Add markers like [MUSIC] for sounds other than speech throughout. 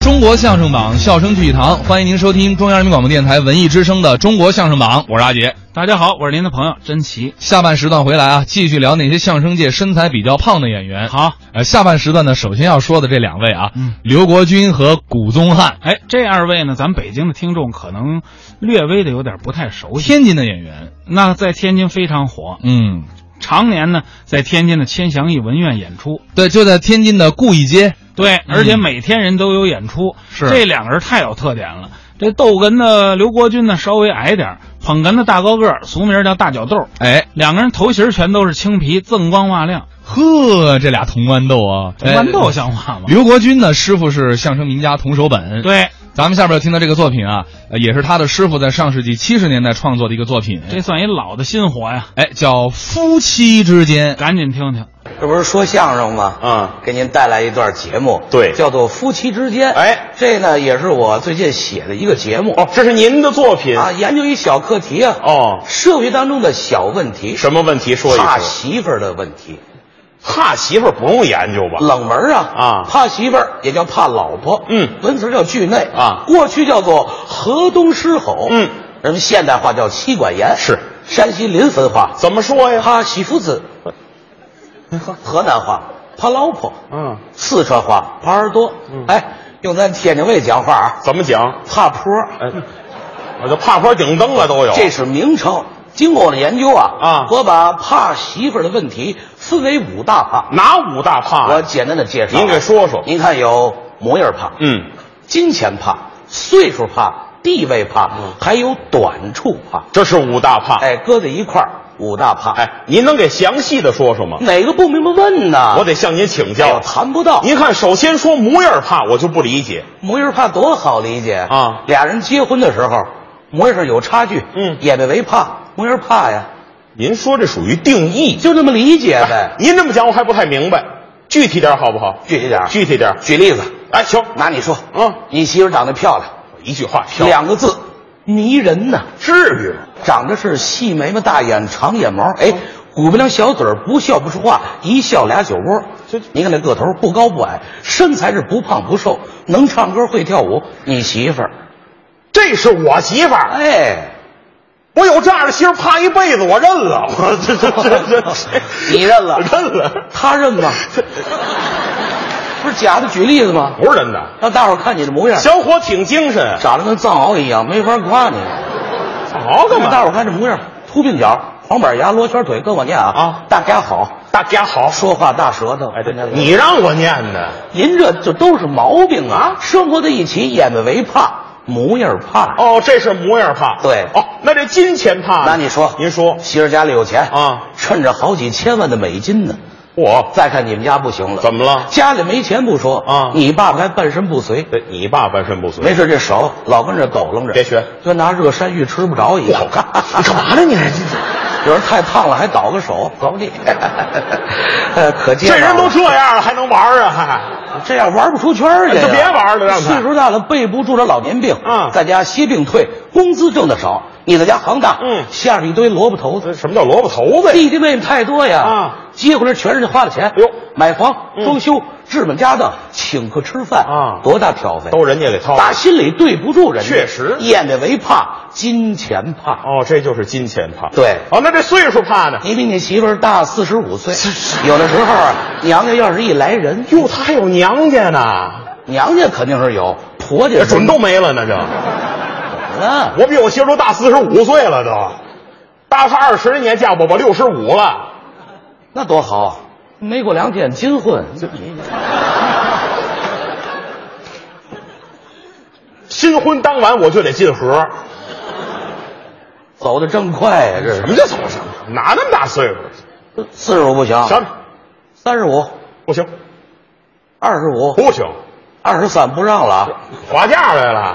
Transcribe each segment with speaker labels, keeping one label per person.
Speaker 1: 中国相声榜，笑声聚一堂，欢迎您收听中央人民广播电台文艺之声的《中国相声榜》，我是阿杰。
Speaker 2: 大家好，我是您的朋友甄奇。
Speaker 1: 下半时段回来啊，继续聊那些相声界身材比较胖的演员。
Speaker 2: 好，
Speaker 1: 呃，下半时段呢，首先要说的这两位啊，
Speaker 2: 嗯
Speaker 1: 刘国军和古宗汉，
Speaker 2: 哎，这二位呢，咱们北京的听众可能略微的有点不太熟悉。
Speaker 1: 天津的演员。
Speaker 2: 那在天津非常火，
Speaker 1: 嗯，
Speaker 2: 常年呢在天津的千祥艺文院演出。
Speaker 1: 对，就在天津的顾义街。
Speaker 2: 对，而且每天人都有演出。
Speaker 1: 嗯是
Speaker 2: 这两个人太有特点了。这逗哏的刘国军呢稍微矮点儿捧哏的大高个儿，俗名叫大脚豆儿。
Speaker 1: 哎，
Speaker 2: 两个人头型全都是青皮，锃光瓦亮，
Speaker 1: 呵，这俩铜豌豆啊，
Speaker 2: 豌豆
Speaker 1: 哎
Speaker 2: 像话吗？
Speaker 1: 刘国哎军呢，师傅是相声名家童守本。，
Speaker 2: 对，
Speaker 1: 咱们下边要听到这个作品啊，呃也是他的师傅在上世纪七十年代创作的一个作品。
Speaker 2: 这算一老的新活呀，
Speaker 1: 哎，叫夫妻之间。
Speaker 2: 赶紧听听。
Speaker 3: 这不是说相声吗？
Speaker 4: 嗯
Speaker 3: 给您带来一段节目，
Speaker 4: 对
Speaker 3: 叫做《夫妻之间》。
Speaker 4: 哎，
Speaker 3: 这呢也是我最近写的一个节目、
Speaker 4: 哦，这是您的作品
Speaker 3: 啊，研究一小课题啊，
Speaker 4: 哦。
Speaker 3: 社会当中的小问题，
Speaker 4: 什么问题说一
Speaker 3: 怕
Speaker 4: 说？
Speaker 3: 媳妇儿的问题，
Speaker 4: 怕媳妇儿不用研究吧？
Speaker 3: 冷门啊
Speaker 4: 啊
Speaker 3: 怕媳妇儿也叫怕老婆，
Speaker 4: 嗯
Speaker 3: 文词叫惧内
Speaker 4: 啊
Speaker 3: 过去叫做河东狮吼，
Speaker 4: 嗯，
Speaker 3: 人们现代化叫妻管严，
Speaker 4: 是
Speaker 3: 山西临汾话，
Speaker 4: 怎么说呀？
Speaker 3: 怕媳妇子，
Speaker 4: 呃
Speaker 3: 河河南话怕老婆，
Speaker 4: 嗯，
Speaker 3: 四川话耙耳朵，哎，用咱天津卫讲话啊，
Speaker 4: 怎么讲？
Speaker 3: 怕坡，
Speaker 4: 哎，我就怕坡顶灯了啊都有。
Speaker 3: 这是名称。经过我的研究啊，
Speaker 4: 啊
Speaker 3: 我把怕媳妇儿的问题分为五大怕，
Speaker 4: 哪五大怕
Speaker 3: 我
Speaker 4: 呀？
Speaker 3: 简单的介绍。
Speaker 4: 嗯您给说说
Speaker 3: 您看有模样怕，
Speaker 4: 嗯，
Speaker 3: 金钱怕，岁数怕，地位怕，还有短处怕。
Speaker 4: 嗯这是五大怕。
Speaker 3: 哎，搁在一块儿，五大怕。，
Speaker 4: 哎，您能给详细的说说吗？
Speaker 3: 哪个不明白问呢？
Speaker 4: 我得向您请
Speaker 3: 哎呦
Speaker 4: 教。
Speaker 3: 谈不到。
Speaker 4: 您看，首先说模样怕，我就不理解。
Speaker 3: 模样怕多好理解
Speaker 4: 啊
Speaker 3: 俩人结婚的时候，模样上有差距，
Speaker 4: 嗯
Speaker 3: 也别为怕，模样怕呀，
Speaker 4: 您说这属于定义。
Speaker 3: 就这么理解
Speaker 4: [LAUGHS]
Speaker 3: 呗。
Speaker 4: 您这么讲，我还不太明白。具体点儿好不好？
Speaker 3: 具体点儿
Speaker 4: 具体点儿。
Speaker 3: 举例子，
Speaker 4: 哎，行，
Speaker 3: 拿你说，
Speaker 4: 嗯，
Speaker 3: 你媳妇儿长得漂亮，
Speaker 4: 一句话，漂亮
Speaker 3: 两个字，迷人呐。
Speaker 4: 至于吗？
Speaker 3: 长得是细眉毛、大眼、长眼
Speaker 4: 啊
Speaker 3: 毛，哎，鼓不凉小嘴儿，不笑不说话，一笑俩酒窝。您看那个头儿不高不矮，身材是不胖不瘦，能唱歌会跳舞。你媳妇儿，
Speaker 4: 这是我媳妇儿，
Speaker 3: 哎，
Speaker 4: 我有这样的媳妇儿，怕一辈子，我认了。我这这这这
Speaker 3: [LAUGHS]
Speaker 4: 这，
Speaker 3: 你认了
Speaker 4: 认了，
Speaker 3: 她认吗？不是假的，举例子吗？
Speaker 4: 不是真的。
Speaker 3: 让大伙儿看你的模样，
Speaker 4: 小伙挺精神，
Speaker 3: 长得跟藏獒一样，没法夸你。
Speaker 4: 好干
Speaker 3: 大
Speaker 4: 嘛？
Speaker 3: 伙儿看这模样，秃鬓角、黄板牙、罗圈腿，跟我念啊
Speaker 4: 啊
Speaker 3: 大家好，
Speaker 4: 大家好，
Speaker 3: 说话大舌头。
Speaker 4: 哎，对，你让我念的。
Speaker 3: 您这就都是毛病啊！生活在一起，眼巴为怕，模样怕。
Speaker 4: 哦，这是模样怕。
Speaker 3: 对
Speaker 4: 哦，那这金钱怕呢？
Speaker 3: 那你说，
Speaker 4: 您说，
Speaker 3: 媳妇家里有钱
Speaker 4: 啊，
Speaker 3: 趁着好几千万的美金呢。
Speaker 4: 我
Speaker 3: 再看你们家不行了，
Speaker 4: 怎么了？
Speaker 3: 家里没钱不说
Speaker 4: 啊
Speaker 3: 你爸爸还半身不遂，
Speaker 4: 对你爸半身不遂，
Speaker 3: 没事这手老跟这抖楞着，
Speaker 4: 别学
Speaker 3: 就拿热山芋吃不着一样。
Speaker 4: 你干嘛呢你？
Speaker 3: [LAUGHS] 有人太烫了还倒个手，搞不定。 [LAUGHS] 呃，可见
Speaker 4: 这人都
Speaker 3: 是
Speaker 4: 这样了，还能玩儿啊？还
Speaker 3: 这样玩不出圈儿去呀，
Speaker 4: 哎就别玩了让他
Speaker 3: 岁数大了背不住这老年病，
Speaker 4: 嗯
Speaker 3: 在家歇病退，工资挣得少，你在家行当，
Speaker 4: 嗯
Speaker 3: 下边一堆萝卜头子，
Speaker 4: 什么叫萝卜头子呀？
Speaker 3: 弟弟妹妹太多呀，
Speaker 4: 啊，
Speaker 3: 结婚时全是花的钱，
Speaker 4: 呦
Speaker 3: 买房、
Speaker 4: 嗯
Speaker 3: 装修、置办家当、请客吃饭
Speaker 4: 啊
Speaker 3: 多大挑费，
Speaker 4: 都人家给掏
Speaker 3: 打心里对不住人家，
Speaker 4: 确实
Speaker 3: 眼的为怕，金钱怕。
Speaker 4: 哦，这就是金钱怕。
Speaker 3: 对
Speaker 4: 哦，那这岁数怕呢？
Speaker 3: 你比你媳妇儿大四十五岁，有的时候啊，娘家要是一来人，
Speaker 4: 哟，他还有娘家呢。
Speaker 3: 娘家肯定是有，婆家
Speaker 4: 这
Speaker 3: 是
Speaker 4: 准都没了呢，这
Speaker 3: 啊。
Speaker 4: 我比我媳妇都大四十五岁了都，大她二十年嫁我，我六十五了，
Speaker 3: 那多好啊！没过两天金婚，
Speaker 4: 新婚当晚我就得进盒，
Speaker 3: 走的正快呀、这
Speaker 4: 什
Speaker 3: 是
Speaker 4: 么叫啊走什么？哪那么大岁数？
Speaker 3: 四十五不行，
Speaker 4: 行，
Speaker 3: 三十五、
Speaker 4: 不行，
Speaker 3: 二十五、
Speaker 4: 不行，
Speaker 3: 二十三不让了啊。
Speaker 4: 划价来了，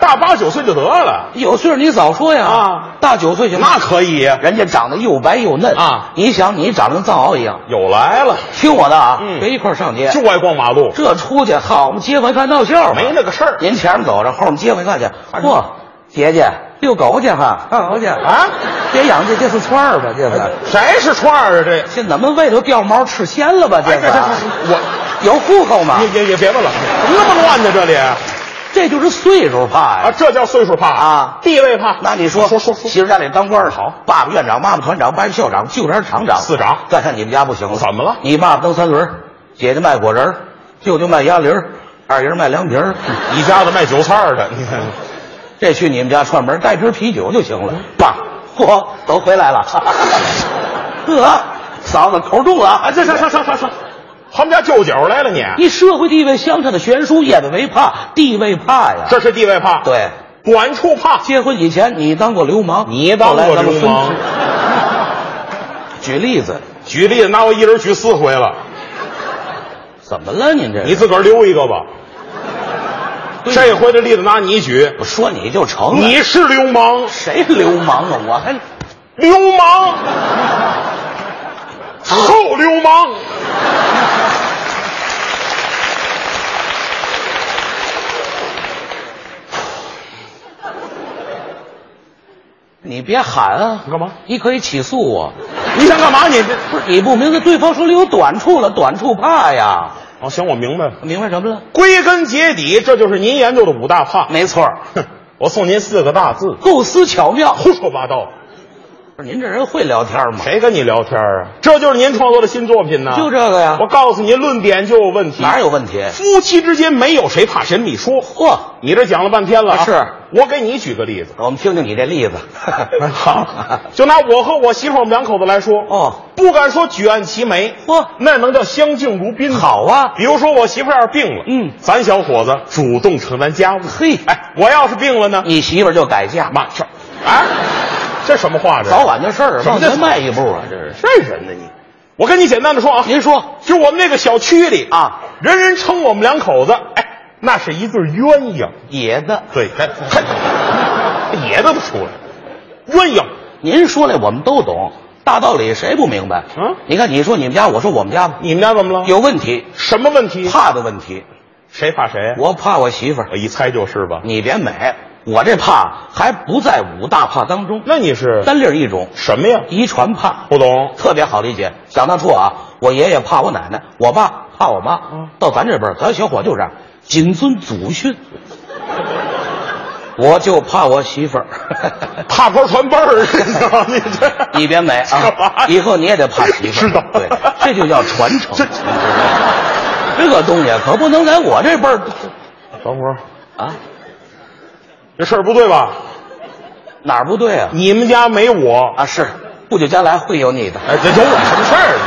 Speaker 4: 大八九岁就得了，
Speaker 3: 有岁数你早说呀！
Speaker 4: 啊
Speaker 3: 大九岁行吗
Speaker 4: 那可以，
Speaker 3: 人家长得又白又嫩
Speaker 4: 啊
Speaker 3: 你想你长得跟藏獒一样，
Speaker 4: 有来了，
Speaker 3: 听我的啊，
Speaker 4: 嗯
Speaker 3: 别一块儿上街。
Speaker 4: 就爱逛马路，
Speaker 3: 这出去好嘛，街坊一看闹笑话
Speaker 4: 没那个事儿
Speaker 3: 您前面走着，后面街坊一看去，嚯，姐姐遛狗去哈，干狗去
Speaker 4: 啊？
Speaker 3: [LAUGHS]
Speaker 4: 哎
Speaker 3: 别养这这是串儿
Speaker 4: [LAUGHS]
Speaker 3: 吧，这是。
Speaker 4: 谁是串儿啊？这，
Speaker 3: 这怎么喂都掉毛吃鲜了吧？这
Speaker 4: 哎，
Speaker 3: 是
Speaker 4: 这这这我
Speaker 3: 有户口吗？
Speaker 4: 你你你别问了，怎么那么乱呢？这里啊，
Speaker 3: 这就是岁数怕呀。
Speaker 4: 这叫岁数怕
Speaker 3: 啊
Speaker 4: 地位怕。
Speaker 3: 那你说
Speaker 4: 说说说，
Speaker 3: 媳妇家里当官的好，爸爸院长，妈妈团长，伯父校长，舅家厂长，
Speaker 4: 四长
Speaker 3: 但是你们家不行了，
Speaker 4: 怎么了
Speaker 3: 你爸爸蹬三轮儿，姐姐卖果仁儿，舅舅卖鸭梨儿，二爷卖凉皮儿，
Speaker 4: 一家子卖韭菜的，你看
Speaker 3: 这去你们家串门带瓶啤酒就行了。爸，嚯，都回来了， [LAUGHS] 呵，嫂子口重了啊，
Speaker 4: 啊，这上上上上上， [LAUGHS] 他们家舅舅来了你，
Speaker 3: 你社会地位相差的悬殊，眼为怕，地位怕呀。
Speaker 4: 这是地位怕，，
Speaker 3: 对，
Speaker 4: 短处怕，
Speaker 3: 结婚以前你当过流氓，
Speaker 4: 你当过
Speaker 3: 后来咱们
Speaker 4: 流氓
Speaker 3: 分支。 [LAUGHS] 举例子，
Speaker 4: 举例子，拿我一人举四回了，
Speaker 3: 怎么了？您这
Speaker 4: 你自个儿溜一个吧。
Speaker 3: 对
Speaker 4: 这回的例子拿你举，
Speaker 3: 我说你就成了。
Speaker 4: 你是流氓，
Speaker 3: 谁流氓啊？
Speaker 4: [LAUGHS]
Speaker 3: 我还
Speaker 4: 流氓，啊臭流氓。
Speaker 3: 你别喊啊！
Speaker 4: 你干嘛
Speaker 3: 你可以起诉我。
Speaker 4: 你想干嘛你？
Speaker 3: 不是你不明白，对方手里有短处了，短处怕呀。
Speaker 4: 哦，行，我明白了。
Speaker 3: 明白什么了？
Speaker 4: 归根结底，这就是您研究的五大怕。
Speaker 3: 没错儿，
Speaker 4: 哼， [LAUGHS] 我送您四个大字：
Speaker 3: 构思巧妙。
Speaker 4: 胡说八道。
Speaker 3: 不是您这人会聊天吗？
Speaker 4: 谁跟你聊天啊？这就是您创作的新作品呢。
Speaker 3: 就这个呀
Speaker 4: 我告诉您，论点就有问题。
Speaker 3: 哪有问题？
Speaker 4: 夫妻之间没有谁怕谁，你说。
Speaker 3: 嚯，
Speaker 4: 你这讲了半天了、啊，
Speaker 3: 是
Speaker 4: 我给你举个例
Speaker 3: [LAUGHS]
Speaker 4: 子。
Speaker 3: 我们听听你这例子。
Speaker 4: [LAUGHS] 好，就拿我和我媳妇儿我们两口子来说，
Speaker 3: [LAUGHS] 哦，
Speaker 4: 不敢说举案齐眉，
Speaker 3: 嚯
Speaker 4: 那能叫相敬如宾。
Speaker 3: 好啊，
Speaker 4: 比如说我媳妇儿要是病了，
Speaker 3: 嗯
Speaker 4: 咱小伙子主动承担家务。
Speaker 3: 嘿
Speaker 4: 哎，我要是病了呢，
Speaker 3: 你媳妇儿就改嫁，
Speaker 4: 妈这，哎，这什么话这？
Speaker 3: 啊早晚的事儿，
Speaker 4: 什么
Speaker 3: 往
Speaker 4: 叫
Speaker 3: 前迈一步啊，这是。
Speaker 4: 这人呢你？我跟你简单的说啊，
Speaker 3: 您说，
Speaker 4: 就我们那个小区里
Speaker 3: 啊，
Speaker 4: 人人称我们两口子，哎，那是一对鸳鸯。
Speaker 3: 野的，
Speaker 4: 对，哎，嘿野的都出来了，鸳鸯。
Speaker 3: 您说那我们都懂，大道理谁不明白？
Speaker 4: 嗯
Speaker 3: 你看你说你们家，我说我们家吧，
Speaker 4: 你们家怎么了？
Speaker 3: 有问题，
Speaker 4: 什么问题？
Speaker 3: 怕的问题，
Speaker 4: 谁怕谁？啊
Speaker 3: 我怕我媳妇儿
Speaker 4: 我，一猜就是吧。
Speaker 3: 你别美，我这怕还不在五大怕当中，
Speaker 4: 那你是
Speaker 3: 单粒儿一种，
Speaker 4: 什么呀？
Speaker 3: 遗传怕，
Speaker 4: 不懂。
Speaker 3: 特别好理解。想当初啊，我爷爷怕我奶奶，我爸怕我妈。
Speaker 4: 嗯
Speaker 3: 到咱这边儿，咱小伙就这样，谨遵祖训。我就怕我媳妇儿，
Speaker 4: 怕婆传
Speaker 3: [LAUGHS]
Speaker 4: 辈儿，你知道吗你这
Speaker 3: 你别美
Speaker 4: 干
Speaker 3: 啊
Speaker 4: 嘛！
Speaker 3: 以后你也得怕媳妇儿。
Speaker 4: 知道
Speaker 3: 对，这就叫传承。这这个东西可不能在我这辈儿
Speaker 4: 等会儿，
Speaker 3: 啊，
Speaker 4: 这事儿不对吧？
Speaker 3: 哪儿不对啊？
Speaker 4: 你们家没我，
Speaker 3: 啊，是不久将来会有你的。
Speaker 4: 哎，这有我什么事儿啊？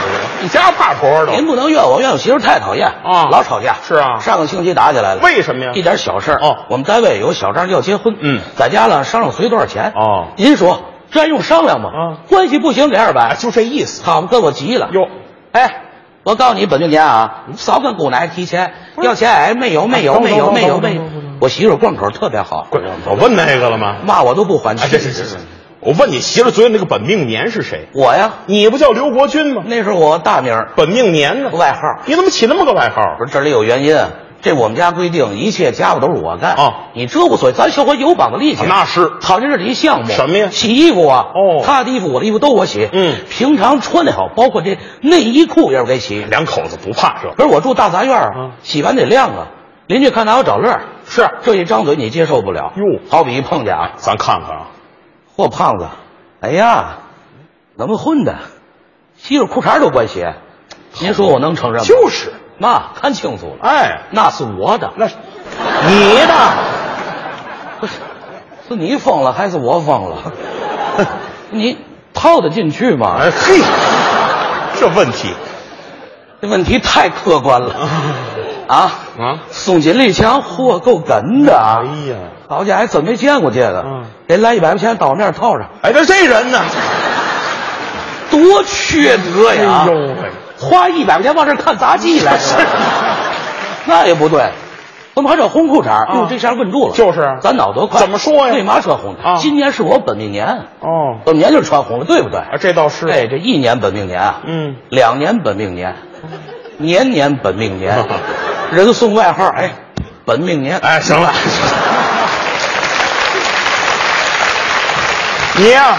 Speaker 4: 你家怕婆
Speaker 3: 您
Speaker 4: 的？
Speaker 3: 不能怨我，怨我媳妇儿太讨厌
Speaker 4: 啊
Speaker 3: 老吵架。
Speaker 4: 是啊
Speaker 3: 上个星期打起来了。
Speaker 4: 为什么呀
Speaker 3: 一点小事儿。
Speaker 4: 哦
Speaker 3: 我们单位有个小张要结婚，
Speaker 4: 嗯
Speaker 3: 在家了商量随多少钱。
Speaker 4: 哦
Speaker 3: 您说这还用商量吗？
Speaker 4: 啊
Speaker 3: 关系不行给二
Speaker 4: 哎，
Speaker 3: 百。
Speaker 4: 就这意思。
Speaker 3: 好嘛，哥，我急了。
Speaker 4: 哟，
Speaker 3: 哎，我告诉你，本命年啊，少跟姑奶提钱，要钱哎，没有没有
Speaker 4: 等会儿
Speaker 3: 没有
Speaker 4: 等会儿
Speaker 3: 没有
Speaker 4: 等会儿
Speaker 3: 没有
Speaker 4: 等会儿等会儿。
Speaker 3: 我媳妇贯口特别好，
Speaker 4: 我问那个了 [LAUGHS] 吗？
Speaker 3: 骂我都不还
Speaker 4: 哎，
Speaker 3: 气
Speaker 4: 这。这这这，我问你媳妇儿昨天那个本命年是谁？
Speaker 3: 我呀，
Speaker 4: 你不叫刘国军吗？
Speaker 3: 那是我大名儿
Speaker 4: 本命年呢？
Speaker 3: 外号。
Speaker 4: 你怎么起那么个 [LAUGHS] 外号？
Speaker 3: 不是这里有原因，这我们家规定一切家务都是我干
Speaker 4: 啊
Speaker 3: 你这无所谓，咱小伙有膀子力气。
Speaker 4: 哦那是
Speaker 3: 好像是一项目，
Speaker 4: 什么呀
Speaker 3: 洗衣服啊，
Speaker 4: 哦
Speaker 3: 他的衣服我的衣服都我洗，
Speaker 4: 嗯
Speaker 3: 平常穿的好，包括这内衣裤也是我给洗。
Speaker 4: 两口子不怕这，
Speaker 3: 可是我住大杂院儿
Speaker 4: 嗯
Speaker 3: 洗完得晾啊，邻居看拿我找乐儿，
Speaker 4: 是
Speaker 3: 这一张嘴你接受不了。
Speaker 4: 哟
Speaker 3: 好比一碰见啊，
Speaker 4: 咱看看啊，
Speaker 3: 嚯胖子，哎呀，怎么混的？媳妇裤衩都管血，您说我能承认吗？
Speaker 4: [LAUGHS] 就是，
Speaker 3: 妈看清楚了。
Speaker 4: 哎，
Speaker 3: 那是我的，
Speaker 4: 那
Speaker 3: 你的，不是，是你疯了还是我疯了？ [LAUGHS] 你套得进去吗？
Speaker 4: [LAUGHS] 哎嘿，这问题 [LAUGHS]
Speaker 3: 这问题太客观了
Speaker 4: 哎
Speaker 3: 啊！
Speaker 4: 啊
Speaker 3: 宋锦丽强，嚯，够哏的啊！
Speaker 4: 哎呀，
Speaker 3: 老家还真没见过这个
Speaker 4: 嗯，
Speaker 3: 人来一百块钱到我面套上，
Speaker 4: 哎，这这人呢？
Speaker 3: 多缺德
Speaker 4: 哎
Speaker 3: 呀！
Speaker 4: 呦喂，
Speaker 3: 花一百块钱往这儿看杂技来，那也不对。怎么还找红裤衩？哟，这下问住了。
Speaker 4: 就是啊
Speaker 3: 咱脑多快。
Speaker 4: 怎么说呀
Speaker 3: 为嘛穿红的？
Speaker 4: 啊
Speaker 3: 今年是我本命年，
Speaker 4: 哦，
Speaker 3: 本命年就是穿红的，对不对？
Speaker 4: 啊，这倒是，
Speaker 3: 哎，这一年本命年啊，
Speaker 4: 嗯，
Speaker 3: 两年本命年，年年本命年， [LAUGHS] 人送外号哎，本命年。
Speaker 4: 哎，行了， [LAUGHS] 你呀、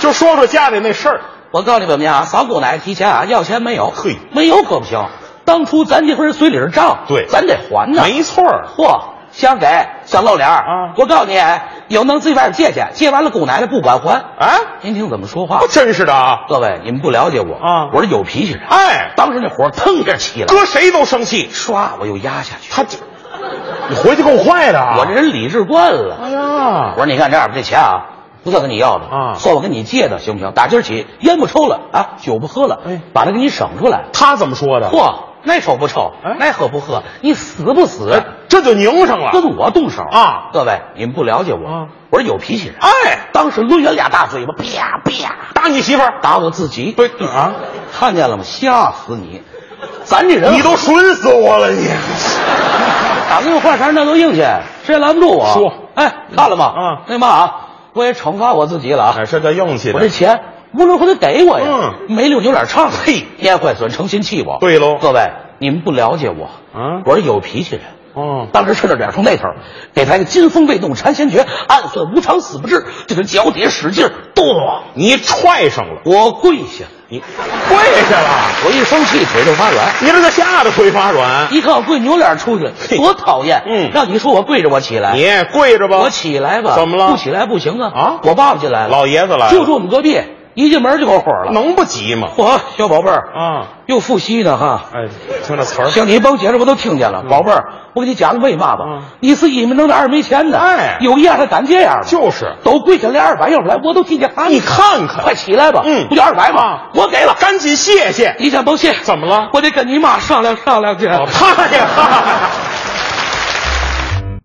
Speaker 4: 就说说家里那事儿，
Speaker 3: 我告诉你们家啊，扫姑奶提钱啊，要钱没有？
Speaker 4: 嘿
Speaker 3: 没有可不行。当初咱这份嘴里是账，
Speaker 4: 对
Speaker 3: 咱得还呢。
Speaker 4: 没错儿
Speaker 3: 嚯，想给想露脸儿
Speaker 4: 啊
Speaker 3: 我告诉你，有能自己外边借去，借完了姑奶奶不管还。
Speaker 4: 啊，
Speaker 3: 您听怎么说话
Speaker 4: 不？真是的啊！
Speaker 3: 各位，你们不了解我
Speaker 4: 啊
Speaker 3: 我是有脾气人。
Speaker 4: 哎，
Speaker 3: 当时那火腾一下起来，
Speaker 4: 搁谁都生气，
Speaker 3: 唰我又压下去。
Speaker 4: 他就你回去够快的啊！
Speaker 3: 我这人理智惯了。
Speaker 4: 哎
Speaker 3: 我
Speaker 4: 呀，
Speaker 3: 说你看这样吧，这钱啊，不算跟你要的
Speaker 4: 啊
Speaker 3: 算我跟你借的，行不行？打今儿起，烟不抽了啊，酒不喝了，
Speaker 4: 哎
Speaker 3: 把它给你省出来。
Speaker 4: 他怎么说的？
Speaker 3: 嚯，那瞅不瞅
Speaker 4: 哎，
Speaker 3: 那喝不喝，你死不死，
Speaker 4: 这就拧上了。
Speaker 3: 跟我动手
Speaker 4: 啊
Speaker 3: 各位，你们不了解我，
Speaker 4: 啊
Speaker 3: 我是有脾气人。
Speaker 4: 哎，
Speaker 3: 当时抡圆俩大嘴巴，啪啪
Speaker 4: 打你媳妇儿，
Speaker 3: 打我自己。
Speaker 4: 对啊，
Speaker 3: 看见了吗？吓死你！咱这人啊
Speaker 4: 你都损死我了，你
Speaker 3: [LAUGHS] 哎打跟我话茬，那都硬气，谁也拦不住我。
Speaker 4: 说
Speaker 3: 哎，看了吗？
Speaker 4: 啊
Speaker 3: 那嘛啊，我也惩罚我自己了啊。
Speaker 4: 哎，这叫硬气
Speaker 3: 我这
Speaker 4: 的。
Speaker 3: 钱无论会得给我呀，没溜牛脸唱，嘿，蔫坏损，诚心气我。
Speaker 4: 对喽
Speaker 3: 各位，你们不了解我，
Speaker 4: 嗯
Speaker 3: 我是有脾气人。
Speaker 4: 哦，
Speaker 3: 当时趁着点从那头给他一个金风未动禅先觉，暗算无常死不至，就跟脚底下使劲儿咚，
Speaker 4: 你踹上了，
Speaker 3: 我跪下了。你，啊
Speaker 4: 跪下了，
Speaker 3: 我一生气腿就发软。
Speaker 4: 你这个吓得腿发软。
Speaker 3: 一看我跪牛脸出去，
Speaker 4: 嘿
Speaker 3: 多讨厌！
Speaker 4: 嗯
Speaker 3: 让你说我跪着，我起来。
Speaker 4: 你跪着吧，
Speaker 3: 哎我起来吧，
Speaker 4: 怎么了
Speaker 3: 不起来不行啊！
Speaker 4: 啊
Speaker 3: 我爸爸进来了，
Speaker 4: 老爷子来了
Speaker 3: 就住我们隔壁，一进门就给我火了。
Speaker 4: 能不急吗？
Speaker 3: 嚯，小宝贝儿
Speaker 4: 啊，
Speaker 3: 又复习呢哈。
Speaker 4: 哎，听这词儿，
Speaker 3: 像你甭解释，我都听见了。宝贝儿，我给你讲个为嘛吧
Speaker 4: 嗯。
Speaker 3: 一是一没能耐，二没钱的。
Speaker 4: 哎
Speaker 3: 有一样他敢这样吗？
Speaker 4: 就是
Speaker 3: 都跪下来二百，要不然我都替嗯你喊。
Speaker 4: 你看看
Speaker 3: 快起来吧。
Speaker 4: 嗯
Speaker 3: 不就二百吗
Speaker 4: 啊？
Speaker 3: 我给了。
Speaker 4: 赶紧谢谢。
Speaker 3: 你先甭谢。
Speaker 4: 怎么了
Speaker 3: 我得跟你妈商量商量去。
Speaker 4: 哦，他呀，